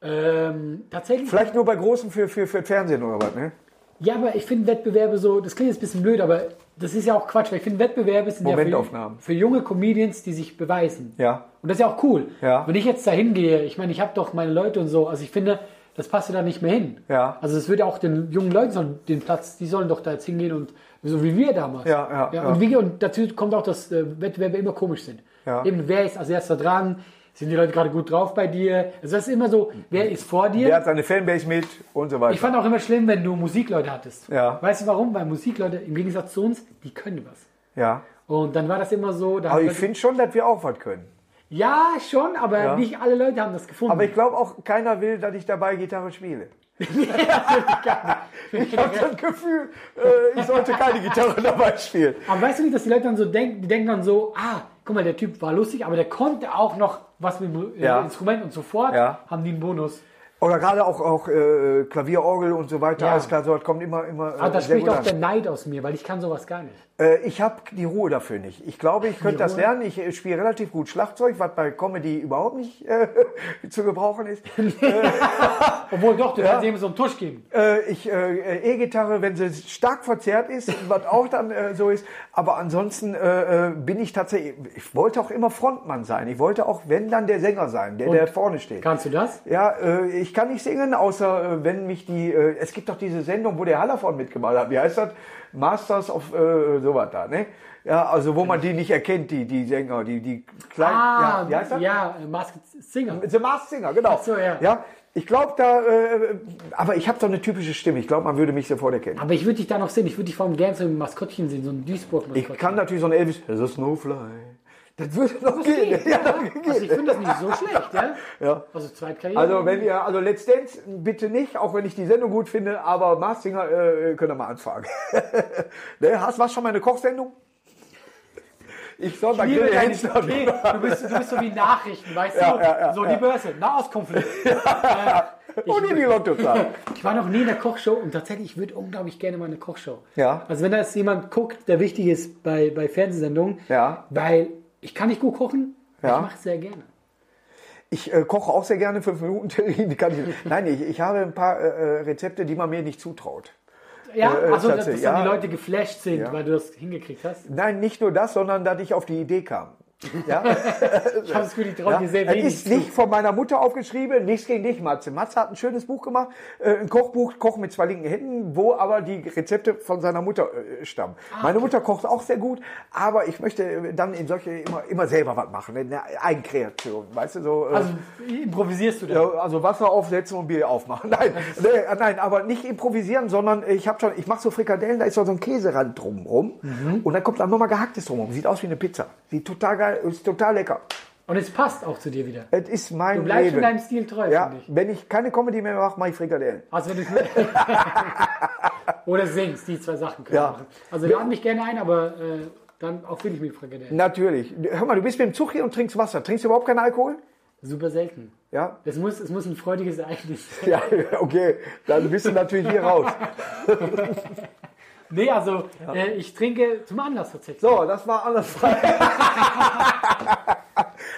dann- Ähm, tatsächlich. Vielleicht nur bei großen für, für, für Fernsehen oder was, ne? Ja, aber ich finde Wettbewerbe so, das klingt jetzt ein bisschen blöd, aber das ist ja auch Quatsch, weil ich finde Wettbewerbe sind ja Momentaufnahmen. für, für junge Comedians, die sich beweisen. Ja. Und das ist ja auch cool. Ja. Wenn ich jetzt da hingehe, ich meine, ich habe doch meine Leute und so, also ich finde, das passt ja da nicht mehr hin. Ja. Also es würde auch den jungen Leuten so den Platz, die sollen doch da jetzt hingehen und so wie wir damals. Ja, ja, ja, ja. Und, wie, und dazu kommt auch, dass äh, Wettbewerbe immer komisch sind. Ja. Eben, wer ist als erster dran? Sind die Leute gerade gut drauf bei dir? Also das ist immer so, wer ist vor dir? Der hat seine Fanbase mit und so weiter. Ich fand auch immer schlimm, wenn du Musikleute hattest. Ja. Weißt du warum? Weil Musikleute, im Gegensatz zu uns, die können was. ja. Und dann war das immer so. Da Aber haben ich Leute- finde schon, dass wir auch was können. ja, schon, aber Ja. nicht alle Leute haben das gefunden. Aber ich glaube auch, keiner will, dass ich dabei Gitarre spiele. [LAUGHS] ich habe das Gefühl, äh, ich sollte keine Gitarre dabei spielen. Aber weißt du nicht, dass die Leute dann so denken, die denken dann so, ah, guck mal, der Typ war lustig, aber der konnte auch noch was mit dem äh, Ja. Instrument und sofort Ja. haben die einen Bonus. Oder gerade auch, auch äh, Klavier, Orgel und so weiter. Ja. Alles klar, so das kommt immer, immer äh, Aber da sehr spricht gut auch an. der Neid aus mir, weil ich kann sowas gar nicht. Äh, ich habe die Ruhe dafür nicht. Ich glaube, ich könnte das Ruhe? lernen. Ich äh, spiele relativ gut Schlagzeug, was bei Comedy überhaupt nicht äh, [LAUGHS] zu gebrauchen ist. Obwohl doch, du kannst ihm so einen Tusch geben. Äh, ich äh, äh, E-Gitarre, wenn sie stark verzerrt ist, was auch dann äh, so ist. Aber ansonsten äh, äh, bin ich tatsächlich. Ich wollte auch immer Frontmann sein. Ich wollte auch, wenn dann der Sänger sein, der der vorne steht. Kannst du das? Ja, äh, ich kann nicht singen, außer äh, wenn mich die. Äh, es gibt doch diese Sendung, wo der Hallervorden mitgemacht hat. Wie heißt das? Masters of äh, sowas da, ne? Ja, also wo man die nicht erkennt, die die Sänger, die die kleinen. ja, wie heißt das? ja, äh, Masked Singer. The Masked Singer, genau. Ach so, ja. ja ich glaube da, äh, aber ich habe doch eine typische Stimme. Ich glaube, man würde mich sofort erkennen. Aber ich würde dich da noch sehen. Ich würde dich vor allem gerne so ein Maskottchen sehen, so ein Ich Duisburg-Maskottchen. kann natürlich so ein Elvis, "There's a Snowfly. Das würde noch Das gehen. [LAUGHS] geht, Ja, ja. das geht. Also ich finde das nicht so schlecht, ja? Ja. Also Zweitkarriere. Also wenn ihr, also Let's Dance bitte nicht, auch wenn ich die Sendung gut finde, aber Mars Singer äh, könnt ihr mal anfragen. [LAUGHS] ne, hast du was schon mal eine Kochsendung? Ich soll bei Liebe Grill deine Hensler Idee. du, bist, du bist so wie Nachrichten, weißt Ja, du? ja, ja, so die Börse, Nahostkonflikt. und in die Lottozahl. Ich war noch nie in der Kochshow und tatsächlich, ich würde unglaublich gerne mal eine Kochshow. Ja. Also wenn da jetzt jemand guckt, der wichtig ist bei, bei Fernsehsendungen, Ja. weil ich kann nicht gut kochen, aber Ja. ich mache es sehr gerne. Ich äh, koche auch sehr gerne fünf Minuten Terrine. die Kann ich, nicht. nein, ich, ich habe ein paar äh, äh, Rezepte, die man mir nicht zutraut. Äh, äh, Ja, also dass, dass tatsächlich, dann ja. die Leute geflasht sind, Ja. weil du das hingekriegt hast. Nein, nicht nur das, sondern dass ich auf die Idee kam. [LAUGHS] Ja? Ich habe es gut, ich traue Äh, Ja, dir sehr das wenig ist zu. nicht von meiner Mutter aufgeschrieben, nichts gegen dich, Matze. Matze hat ein schönes Buch gemacht, äh, ein Kochbuch, Koch mit zwei linken Händen, wo aber die Rezepte von seiner Mutter äh, stammen. Ah, Meine Mutter kocht auch sehr gut, aber ich möchte äh, dann in solche immer, immer selber was machen, ne? eine Eigenkreation, weißt du, so... Äh, Also improvisierst du da. ja, also Wasser aufsetzen und Bier aufmachen. [LAUGHS] Nein, Also- nee, äh, nein, aber nicht improvisieren, sondern ich habe schon, ich mache so Frikadellen, da ist so ein Käserand drumrum Mhm. und dann kommt dann nochmal gehacktes drumrum. Sieht aus wie eine Pizza. Sieht total geil, ist total lecker. Und es passt auch zu dir wieder. Es ist mein Du bleibst Leben. schon deinem Stil treu, ja, finde ich. wenn ich keine Comedy mehr mache, mache ich Frikadellen. Also wenn du [LAUGHS] Oder singst, die zwei Sachen können Ja. machen. Also lade mich gerne ein, aber äh, dann auch will ich mit Frikadellen. Natürlich. Hör mal, du bist mit dem Zug hier und trinkst Wasser. Trinkst du überhaupt keinen Alkohol? super selten. Ja? [LAUGHS] Es muss, es muss ein freudiges Ereignis sein. [LAUGHS] Ja, okay. Dann bist du natürlich hier raus. Nee, also äh, ich trinke zum Anlass tatsächlich. So, das war alles. [LAUGHS]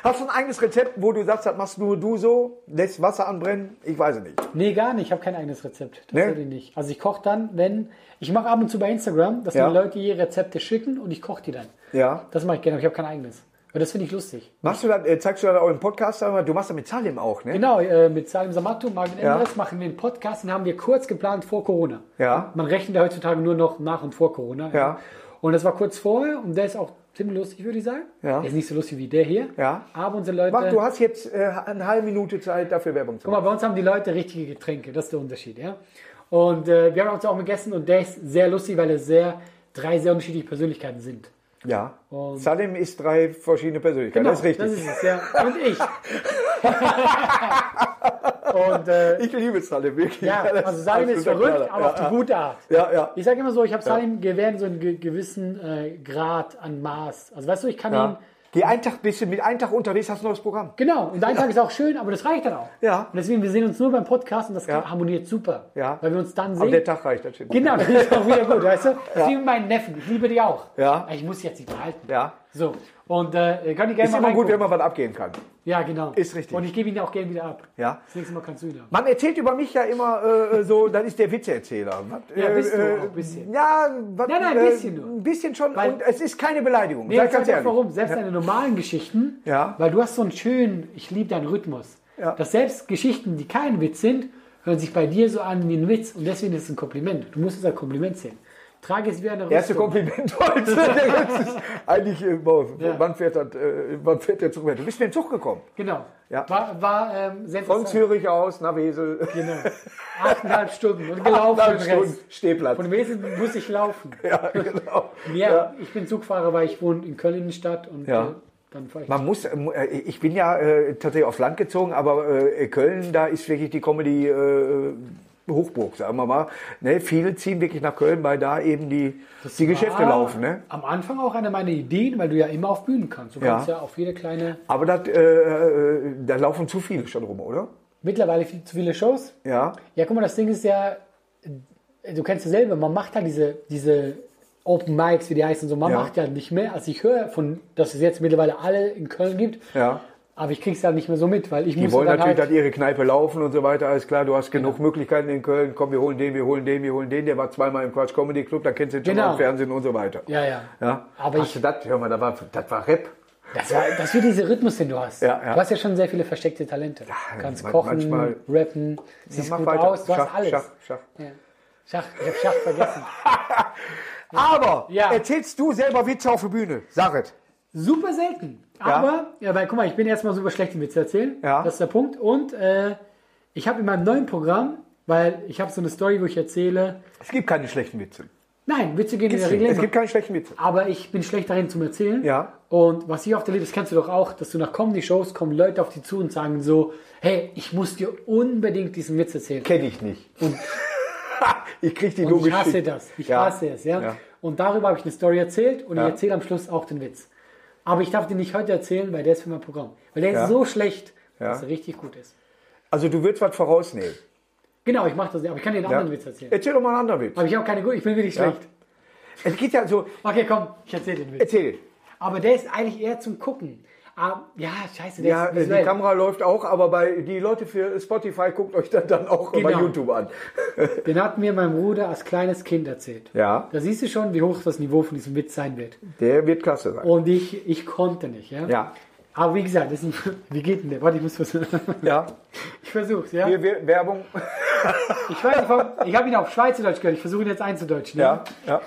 Hast du ein eigenes Rezept, wo du sagst, das machst nur du so, lässt Wasser anbrennen? Ich weiß es nicht. Nee, gar nicht. Ich habe kein eigenes Rezept. Tatsächlich nicht. Also ich koche dann, wenn. Ich mache ab und zu bei Instagram, dass Ja. mir Leute ihre Rezepte schicken und ich koche die dann. Ja. Das mache ich gerne, aber ich habe kein eigenes. Aber das finde ich lustig. Machst du das, äh, zeigst du das auch im Podcast? sag mal, Du machst das mit Salim auch, ne? Genau, äh, mit Salim Samatu, Marvin Ja. Endres machen wir einen Podcast, den haben wir kurz geplant vor Corona. Ja. Man rechnet ja heutzutage nur noch nach und vor Corona. Ja. Und das war kurz vorher und der ist auch ziemlich lustig, würde ich sagen. Ja. Der ist nicht so lustig wie der hier. Ja. Aber unsere Leute. Mach, du hast jetzt äh, eine halbe Minute Zeit, dafür Werbung zu Guck machen. mal, bei uns haben die Leute richtige Getränke, das ist der Unterschied, ja. Und äh, wir haben uns auch gegessen und der ist sehr lustig, weil es sehr drei sehr unterschiedliche Persönlichkeiten sind. Ja. Und- Genau, Salim ist drei verschiedene Persönlichkeiten. das ist richtig. Das ist es, ja. Und [LAUGHS] ich. und äh, ich liebe Salim wirklich. ja, das also Salim ist absoluter verrückt, Knaller. aber auf die gute Art. Ja, ja. Ich sage immer so, ich habe Salim gewähren so einen ge gewissen äh, Grad an Maß. Also weißt du, ich kann ihn. ja. Geh einen Tag bisschen, mit einem Tag unterwegs hast du ein neues Programm. Genau, und ein Tag ist auch schön, aber das reicht dann auch. Ja. Und deswegen, wir sehen uns nur beim Podcast und das Ja. harmoniert super. Ja. Weil wir uns dann sehen. Aber der Tag reicht, das stimmt. [LAUGHS] Genau, das ist auch wieder gut, weißt du? Das ist wie mit meinen Neffen, ich liebe die auch. Ja. Aber Ich muss jetzt nicht behalten. Ja. So, und äh, kann ich gerne Ist mal immer gut, reingucken. wenn man was abgeben kann. Ja, genau. Ist richtig. Und ich gebe ihn auch gerne wieder ab. Ja. Das nächste Mal kannst du wieder. Man erzählt über mich ja immer äh, so, das ist der Witzeerzähler. Was, Ja, äh, bist du äh, auch ein bisschen. Ja, was, äh, Nein, nein, ein bisschen nur. Ein bisschen schon. Weil- und es ist keine Beleidigung. Nee, sag ich ganz sag auch ehrlich. warum. Selbst deine normalen Geschichten, Ja. weil du hast so einen schönen, ich liebe deinen Rhythmus. Ja. Dass selbst Geschichten, die kein Witz sind, hören sich bei dir so an wie ein Witz. Und deswegen ist es ein Kompliment. Du musst es als Kompliment sehen. Trage es wie eine Erste Rüstung. Kompliment heute. [LAUGHS] Das ist Eigentlich, äh, boah, Ja. wann, fährt das, äh, wann fährt der Zug? Du bist mit dem Zug gekommen. Genau. Ja. War, war ähm, sehr Von interessant. Zürich aus nach Wesel. Genau. Achteinhalb Stunden und [LAUGHS] gelaufen Achteinhalb den Rest. Stunden Stehplatz. Von Wesen muss ich laufen. Ja, genau. Ja, ich bin Zugfahrer, weil ich wohne in Köln Innenstadt und Ja. äh, dann fahre ich. Man muss, äh, mu- äh, ich bin ja äh, tatsächlich aufs Land gezogen, aber äh, Köln, da ist wirklich die Comedy äh, Hochburg, sagen wir mal. Ne, viele ziehen wirklich nach Köln, weil da eben die, die Geschäfte War laufen. Ne? Am Anfang auch eine meiner Ideen, weil du ja immer auf Bühnen kannst. Du Ja. kannst ja auf jede kleine, Aber das, äh, äh, da laufen zu viele schon rum, oder? mittlerweile viel zu viele Shows. Ja. Ja, guck mal, das Ding ist ja, äh, du kennst es selber, man macht halt diese, diese Open Mics, wie die heißen, so, man Ja. macht ja nicht mehr. Also ich höre von, dass es jetzt mittlerweile alle in Köln gibt. Ja. Aber ich krieg's da nicht mehr so mit, weil ich Die muss wollen dann natürlich, halt, Genau. dass ihre Kneipe laufen und so weiter. Alles klar, du hast genug Möglichkeiten in Köln. Komm, wir holen den, wir holen den, wir holen den. Der war zweimal im Quatsch Comedy Club, da kennst du ihn schon Genau. mal im Fernsehen und so weiter. Ja, ja. Ja. Aber Hast ich- du das? Hör mal, das war, das war Rap. Das war, das war dieser Rhythmus, den du hast. Ja, ja. Du hast ja schon sehr viele versteckte Talente. Du kannst man- kochen, manchmal- rappen, siehst mach gut weiter. aus, du Schach, hast alles. Schach, Schach. Ja. Schach, ich hab Schach vergessen. Aber Ja. erzählst du selber Witze auf der Bühne? Sag es. Super selten. Aber, ja. weil guck mal, ich bin erstmal super schlecht im Witz erzählen. Ja. Das ist der Punkt. Und äh, ich habe in meinem neuen Programm, weil ich habe so eine Story, wo ich erzähle, Es gibt keine schlechten Witze. nein, Witze gehen in der Regel Es immer. gibt keine schlechten Witze. Aber ich bin schlecht darin zum Erzählen. Ja. Und was ich oft erlebe, das kennst du doch auch, dass du nach Comedy-Shows kommen Leute auf dich zu und sagen so, hey, ich muss dir unbedingt diesen Witz erzählen. Kenne ich nicht. [LAUGHS] ich krieg die Und nur ich hasse geschickt. das. Ich Ja. hasse es, ja? Ja. Und darüber habe ich eine Story erzählt und Ja. ich erzähle am Schluss auch den Witz. Aber ich darf den nicht heute erzählen, weil der ist für mein Programm. Weil der Ja. ist so schlecht, Ja. dass er richtig gut ist. Also du würdest was vorausnehmen. Genau, ich mache das nicht, aber ich kann dir einen Ja? anderen Witz erzählen. Also Erzähl doch mal einen anderen Witz. Aber ich habe keine gute, ich bin wirklich Ja. schlecht. Es geht ja so, Okay, komm, ich erzähle den Witz. erzähl. Aber der ist eigentlich eher zum Gucken. Aber, ja, scheiße, der Ja, ist die visuell. Kamera läuft auch, aber bei die Leute für Spotify guckt euch das dann auch bei Genau. YouTube an. Den hat mir mein Bruder als kleines Kind erzählt. Ja. Da siehst du schon, wie hoch das Niveau von diesem Witz sein wird. Der wird klasse sein. Und ich, ich konnte nicht, ja. Ja. Aber wie gesagt, das ist ein, [LAUGHS] wie geht denn der? Warte, ich muss was. [LAUGHS] Ja. Ich versuch's, ja. Wir, wir, Werbung. Ich weiß nicht, warum- ich habe ihn auf Schweizerdeutsch gehört. Ich versuche ihn jetzt einzudeutschen. Ja. Ja.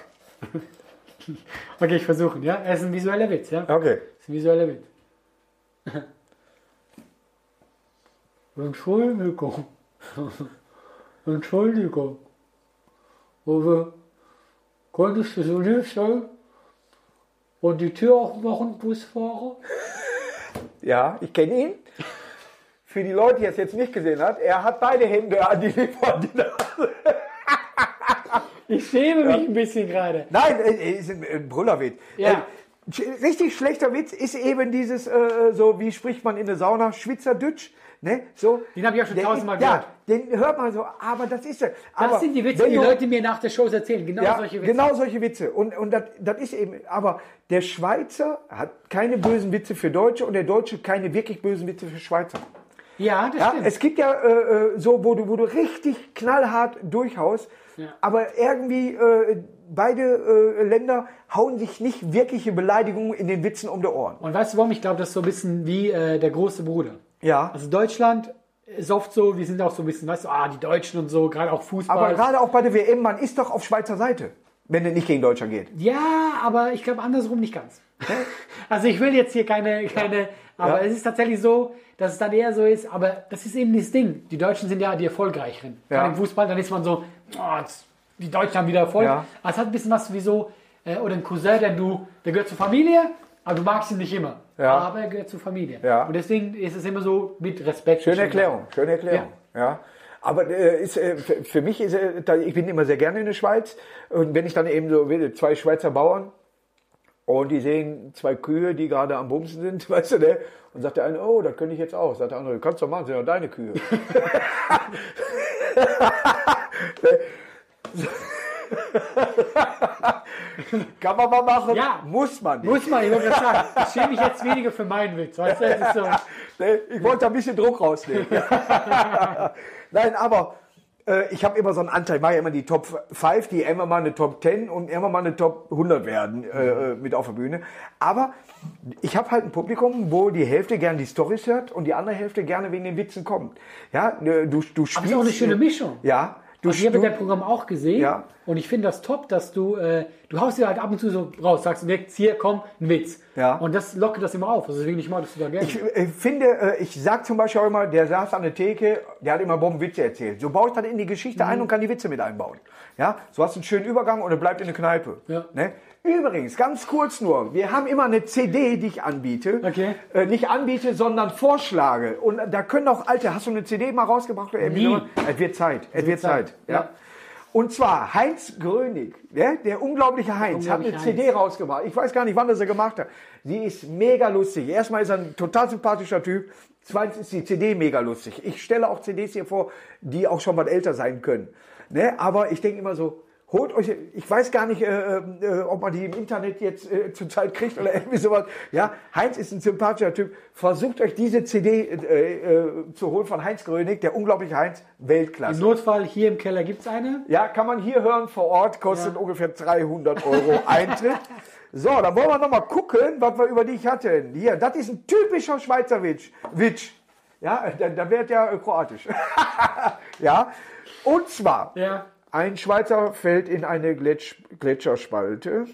Okay, ich versuche ihn, ja. Er ist ein visueller Witz, ja. Okay. ist ein visueller Witz. [LAUGHS] Entschuldigung. [LAUGHS] Entschuldigung. Aber konntest du so nicht sein und die Tür aufmachen, Busfahrer? Ja, ich kenne ihn. Für die Leute, die es jetzt nicht gesehen hat, er hat beide Hände an die Lippe. an die Nase. Ich schäme mich ein bisschen gerade. Nein, äh, ist ein, ein Brüllerwitz. Ja. Sch richtig schlechter Witz ist eben dieses, äh, so wie spricht man in der Sauna, Schwitzerdütsch. Ne? So, Den habe ich auch schon Der- tausendmal ja, gehört. Den hört man so, aber das ist ja. Das aber sind die Witze, wenn die du- Leute mir nach der Show erzählen. Genau ja, solche Witze. Genau solche Witze. Und, und das, das ist eben, aber der Schweizer hat keine bösen Witze für Deutsche und der Deutsche keine wirklich bösen Witze für Schweizer. Ja, das Ja, stimmt. es gibt ja äh, äh, so, wo du, wo du richtig knallhart durchhaust, Ja. aber irgendwie äh, beide äh, Länder hauen sich nicht wirkliche Beleidigungen in den Witzen um die Ohren. Und weißt du warum? Ich glaube, das ist so ein bisschen wie äh, der große Bruder. Ja. Also Deutschland ist oft so, wir sind auch so ein bisschen, weißt du, ah, die Deutschen und so, gerade auch Fußball. aber gerade auch bei der WM, man ist doch auf Schweizer Seite, wenn es nicht gegen Deutschland geht. ja, aber ich glaube andersrum nicht ganz. [LAUGHS] also ich will jetzt hier keine, keine aber Ja. es ist tatsächlich so, dass es dann eher so ist, aber das ist eben das Ding. Die Deutschen sind ja die Erfolgreicheren. Ja. Gerade Im Fußball, dann ist man so, oh, jetzt, die Deutschen haben wieder Erfolg. Ja. Aber es hat ein bisschen was wie so, äh, oder ein Cousin, der du, der gehört zur Familie, aber du magst ihn nicht immer. Ja. Aber er gehört zur Familie. Ja. Und deswegen ist es immer so mit Respekt. Schöne Erklärung, schöne Erklärung. Ja. Aber äh, ist, äh, für für mich ist, äh, da- ich bin immer sehr gerne in der Schweiz und wenn ich dann eben so will, zwei Schweizer Bauern und die sehen zwei Kühe, die gerade am Bumsen sind, [LAUGHS] weißt du, ne? Und sagt der eine, oh, das könnte ich jetzt auch. Sagt der andere, kannst du machen, sind ja deine [LAUGHS] Kühe. Kann man mal machen, Ja. muss man nicht. Muss man, ich wollte gerade sagen, ich schäme mich jetzt weniger für meinen Witz. Weißt du, das ist so. Ne, Ich wollte da ein bisschen Druck [LAUGHS] rausnehmen. [LAUGHS] Nein, aber äh, ich habe immer so einen Anteil, ich mache ja immer die Top 5, die immer mal eine Top 10 und immer mal eine Top 100 werden äh, äh, mit auf der Bühne. Aber ich habe halt ein Publikum, wo die Hälfte gerne die Storys hört und die andere Hälfte gerne wegen den Witzen kommt. Ja, ne, du, du spielst... Aber es ist auch eine schöne Mischung. Ja, du, Also ich habe du, dein Programm auch gesehen Ja. und ich finde das top, dass du, äh, du haust dir halt ab und zu so raus, sagst direkt, hier, komm, ein Witz. Ja. Und das lockert das immer auf. Also deswegen ich mag das sogar gerne. Ich äh, finde, äh, ich sag zum Beispiel auch immer, der saß an der Theke, der hat immer Bombenwitze erzählt. So baue ich dann in die Geschichte ein und kann die Witze mit einbauen. Ja, so hast du einen schönen Übergang und er bleibt in der Kneipe. Ja. Ne? Übrigens, ganz kurz nur, wir haben immer eine CD, die ich anbiete. Okay. Äh, nicht anbiete, sondern vorschlage. Und da können auch alte, hast du eine CD mal rausgebracht? oder irgendwie Nie. sowas? Es wird Zeit, es wird Zeit. Zeit, Ja. ja. Und zwar Heinz Grönig, ne? der unglaubliche Heinz, hat eine unglaubliche Heinz. CD rausgebracht. Ich weiß gar nicht, wann das er gemacht hat. Sie ist mega lustig. Erstmal ist er ein total sympathischer Typ. Zweitens ist die CD mega lustig. Ich stelle auch CDs hier vor, die auch schon mal älter sein können. Ne? Aber ich denke immer so, holt euch, ich weiß gar nicht, äh, äh, ob man die im Internet jetzt äh, zurzeit kriegt oder [LAUGHS] irgendwie sowas. Ja, Heinz ist ein sympathischer Typ. Versucht euch diese CD äh, äh, zu holen von Heinz Grönig, der unglaubliche Heinz, Weltklasse. Im Notfall hier im Keller gibt es eine. Ja, kann man hier hören vor Ort, kostet Ja. ungefähr 300 Euro Eintritt. So, dann wollen wir noch mal gucken, was wir über dich hatten. Hier, das ist ein typischer Schweizer Witsch. Witsch. Ja, dann, dann wird ja äh, kroatisch. [LAUGHS] ja, und zwar, Ja. ein Schweizer fällt in eine Gletsch Gletscherspalte.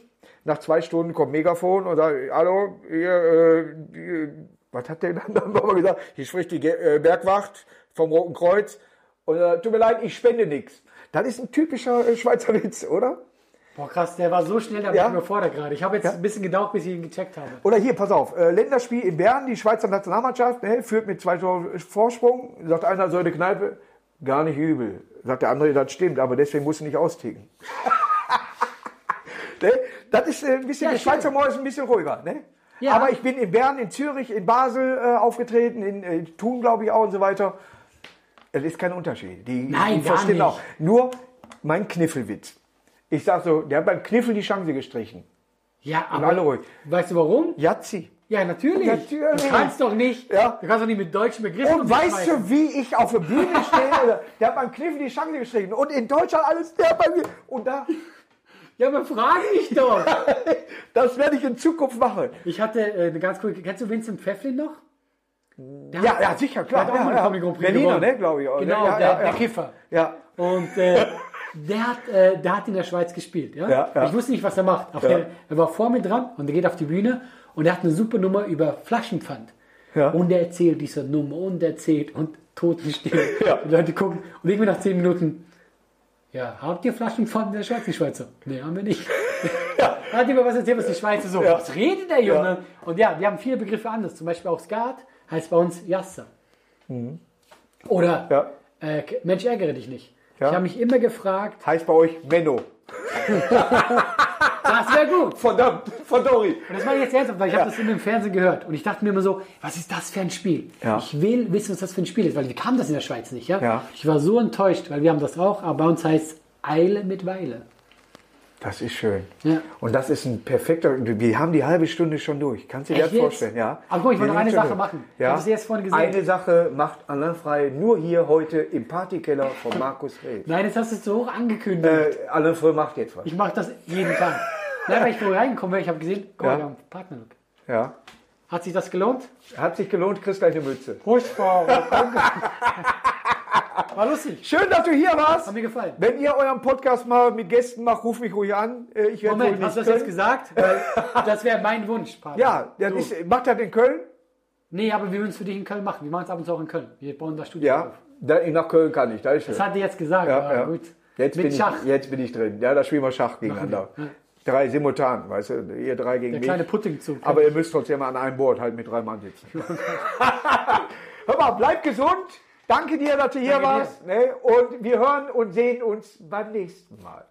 Nach zwei Stunden kommt Megafon und sagt, hallo, ihr, äh, die- was hat der dann [LAUGHS] nochmal gesagt? Hier spricht die Ge- äh, Bergwacht vom Roten Kreuz. Und, äh, tut mir leid, ich spende nichts. Das ist ein typischer äh, Schweizer Witz, oder? Boah, krass, der war so schnell, da Ja. war ich überfordert gerade. Ich habe jetzt ein bisschen gedauert, bis ich ihn gecheckt habe. Oder hier, pass auf, äh, Länderspiel in Bern, die Schweizer Nationalmannschaft ne, führt mit zwei Toren Vorsprung, sagt einer, so eine Kneipe, gar nicht übel. Sagt der andere, das stimmt, aber deswegen musst du nicht austicken. [LAUGHS] ne? Das ist äh, ein bisschen, Ja, der Schweizer Humor ist ein bisschen ruhiger. Ne? Ja. Aber ich bin in Bern, in Zürich, in Basel äh, aufgetreten, in äh, Thun, glaube ich, auch und so weiter. Es ist kein Unterschied. Die, Nein, die gar verstehen nicht. auch. Nur mein Kniffelwitz. Ich sag so, der hat beim Kniffel die Chance gestrichen. Ja, alle aber ruhig. weißt du warum? Jazzi. Ja, natürlich. Natürlich. Du kannst doch nicht, Ja. du kannst doch nicht mit deutschen Begriffen. Und weißt du, wie ich auf der Bühne stehe? [LAUGHS] Oder? Der hat beim Kniffen die Chance geschrieben. Und in Deutschland alles, der hat bei mir. Und da, Ja, aber frag mich doch. das werde ich in Zukunft machen. Ich hatte äh, eine ganz coole. Kennst du Vincent Pfefflin noch? Der Ja, hat- ja, sicher, klar. Der hat auch ja, mal ja. einen Comic Grand Prix Berliner, gewonnen. ne, glaube ich. auch, ne? Genau, ja, der, ja, der ja. Kiffer. Ja. [LAUGHS] Und äh, der, hat, äh, der hat in der Schweiz gespielt. Ja? Ja, ja. Ich wusste nicht, was er macht. Aber Ja. der, er war vor mir dran und er geht auf die Bühne und er hat eine super Nummer über Flaschenpfand. Ja. Und er erzählt diese Nummer und erzählt und Totenstille. [LAUGHS] Ja. Und Leute gucken. Und irgendwie nach zehn Minuten, ja, habt ihr Flaschenpfand in der Schweiz? Die Schweizer, nee, haben [LAUGHS] wir nicht. Er hat immer was erzählt, was die Schweizer so, Ja. was redet der Junge? Und ja, wir haben viele Begriffe anders. Zum Beispiel auch Skat heißt bei uns Jasse. Oder Mhm. Ja. äh, Mensch, ärgere dich nicht. Ja. Ich habe mich immer gefragt, Heißt bei euch Menno. Das wäre gut. Verdammt, verdorri. Und das war jetzt ernsthaft, weil ich habe das in dem Fernsehen gehört. Und ich dachte mir immer so, was ist das für ein Spiel? Ja. Ich will wissen, was das für ein Spiel ist, weil wir kamen das in der Schweiz nicht. Ja? Ja. Ich war so enttäuscht, weil wir haben das auch, aber bei uns heißt es Eile mit Weile. Das ist schön. Ja. Und das ist ein perfekter. Wir haben die halbe Stunde schon durch. Kannst du dir Echt das jetzt? vorstellen? Ja. Aber guck mal, ich Wir wollte noch sind eine schon Sache durch. machen. Ja. Hab das erst vorhin gesehen. Eine Sache macht Alain frei. Nur hier heute im Partykeller [LAUGHS] von Markus Reh. Nein, jetzt hast du es so hoch angekündigt. Äh, Alain frei macht jetzt was. Ich mache das jeden Tag. Nein, weil ich vorher reingekommen bin, ich habe gesehen, oh, Ja. wir haben Partnerlook. Ja. Hat sich das gelohnt? Hat sich gelohnt, kriegst gleich eine Mütze. Prost, [LAUGHS] Frau. War lustig. Schön, dass du hier warst. Hat mir gefallen. Wenn ihr euren Podcast mal mit Gästen macht, ruf mich ruhig an. Äh, Ich werde wohl Moment, nicht hast du das können. jetzt gesagt? Weil das wäre mein Wunsch, Partner. Ja, das So. ist, macht das in Köln? Nee, aber wir würden es für dich in Köln machen. Wir machen es ab und zu auch in Köln. Wir bauen das Studio Ja, auf. da, nach Köln kann ich, da ist schön. Das hat er jetzt gesagt, aber gut. Jetzt, Mit bin Schach. Ich, jetzt bin ich drin. Ja, da spielen wir Schach gegeneinander. Drei simultan, weißt du, ihr drei gegen Der mich. kleine Puttingzug. Aber ihr müsst trotzdem an einem Board halt mit drei Mann sitzen. [LAUGHS] Hör mal, bleib gesund. Danke dir, dass du hier Danke dir. warst. Ne? Und wir hören und sehen uns beim nächsten Mal.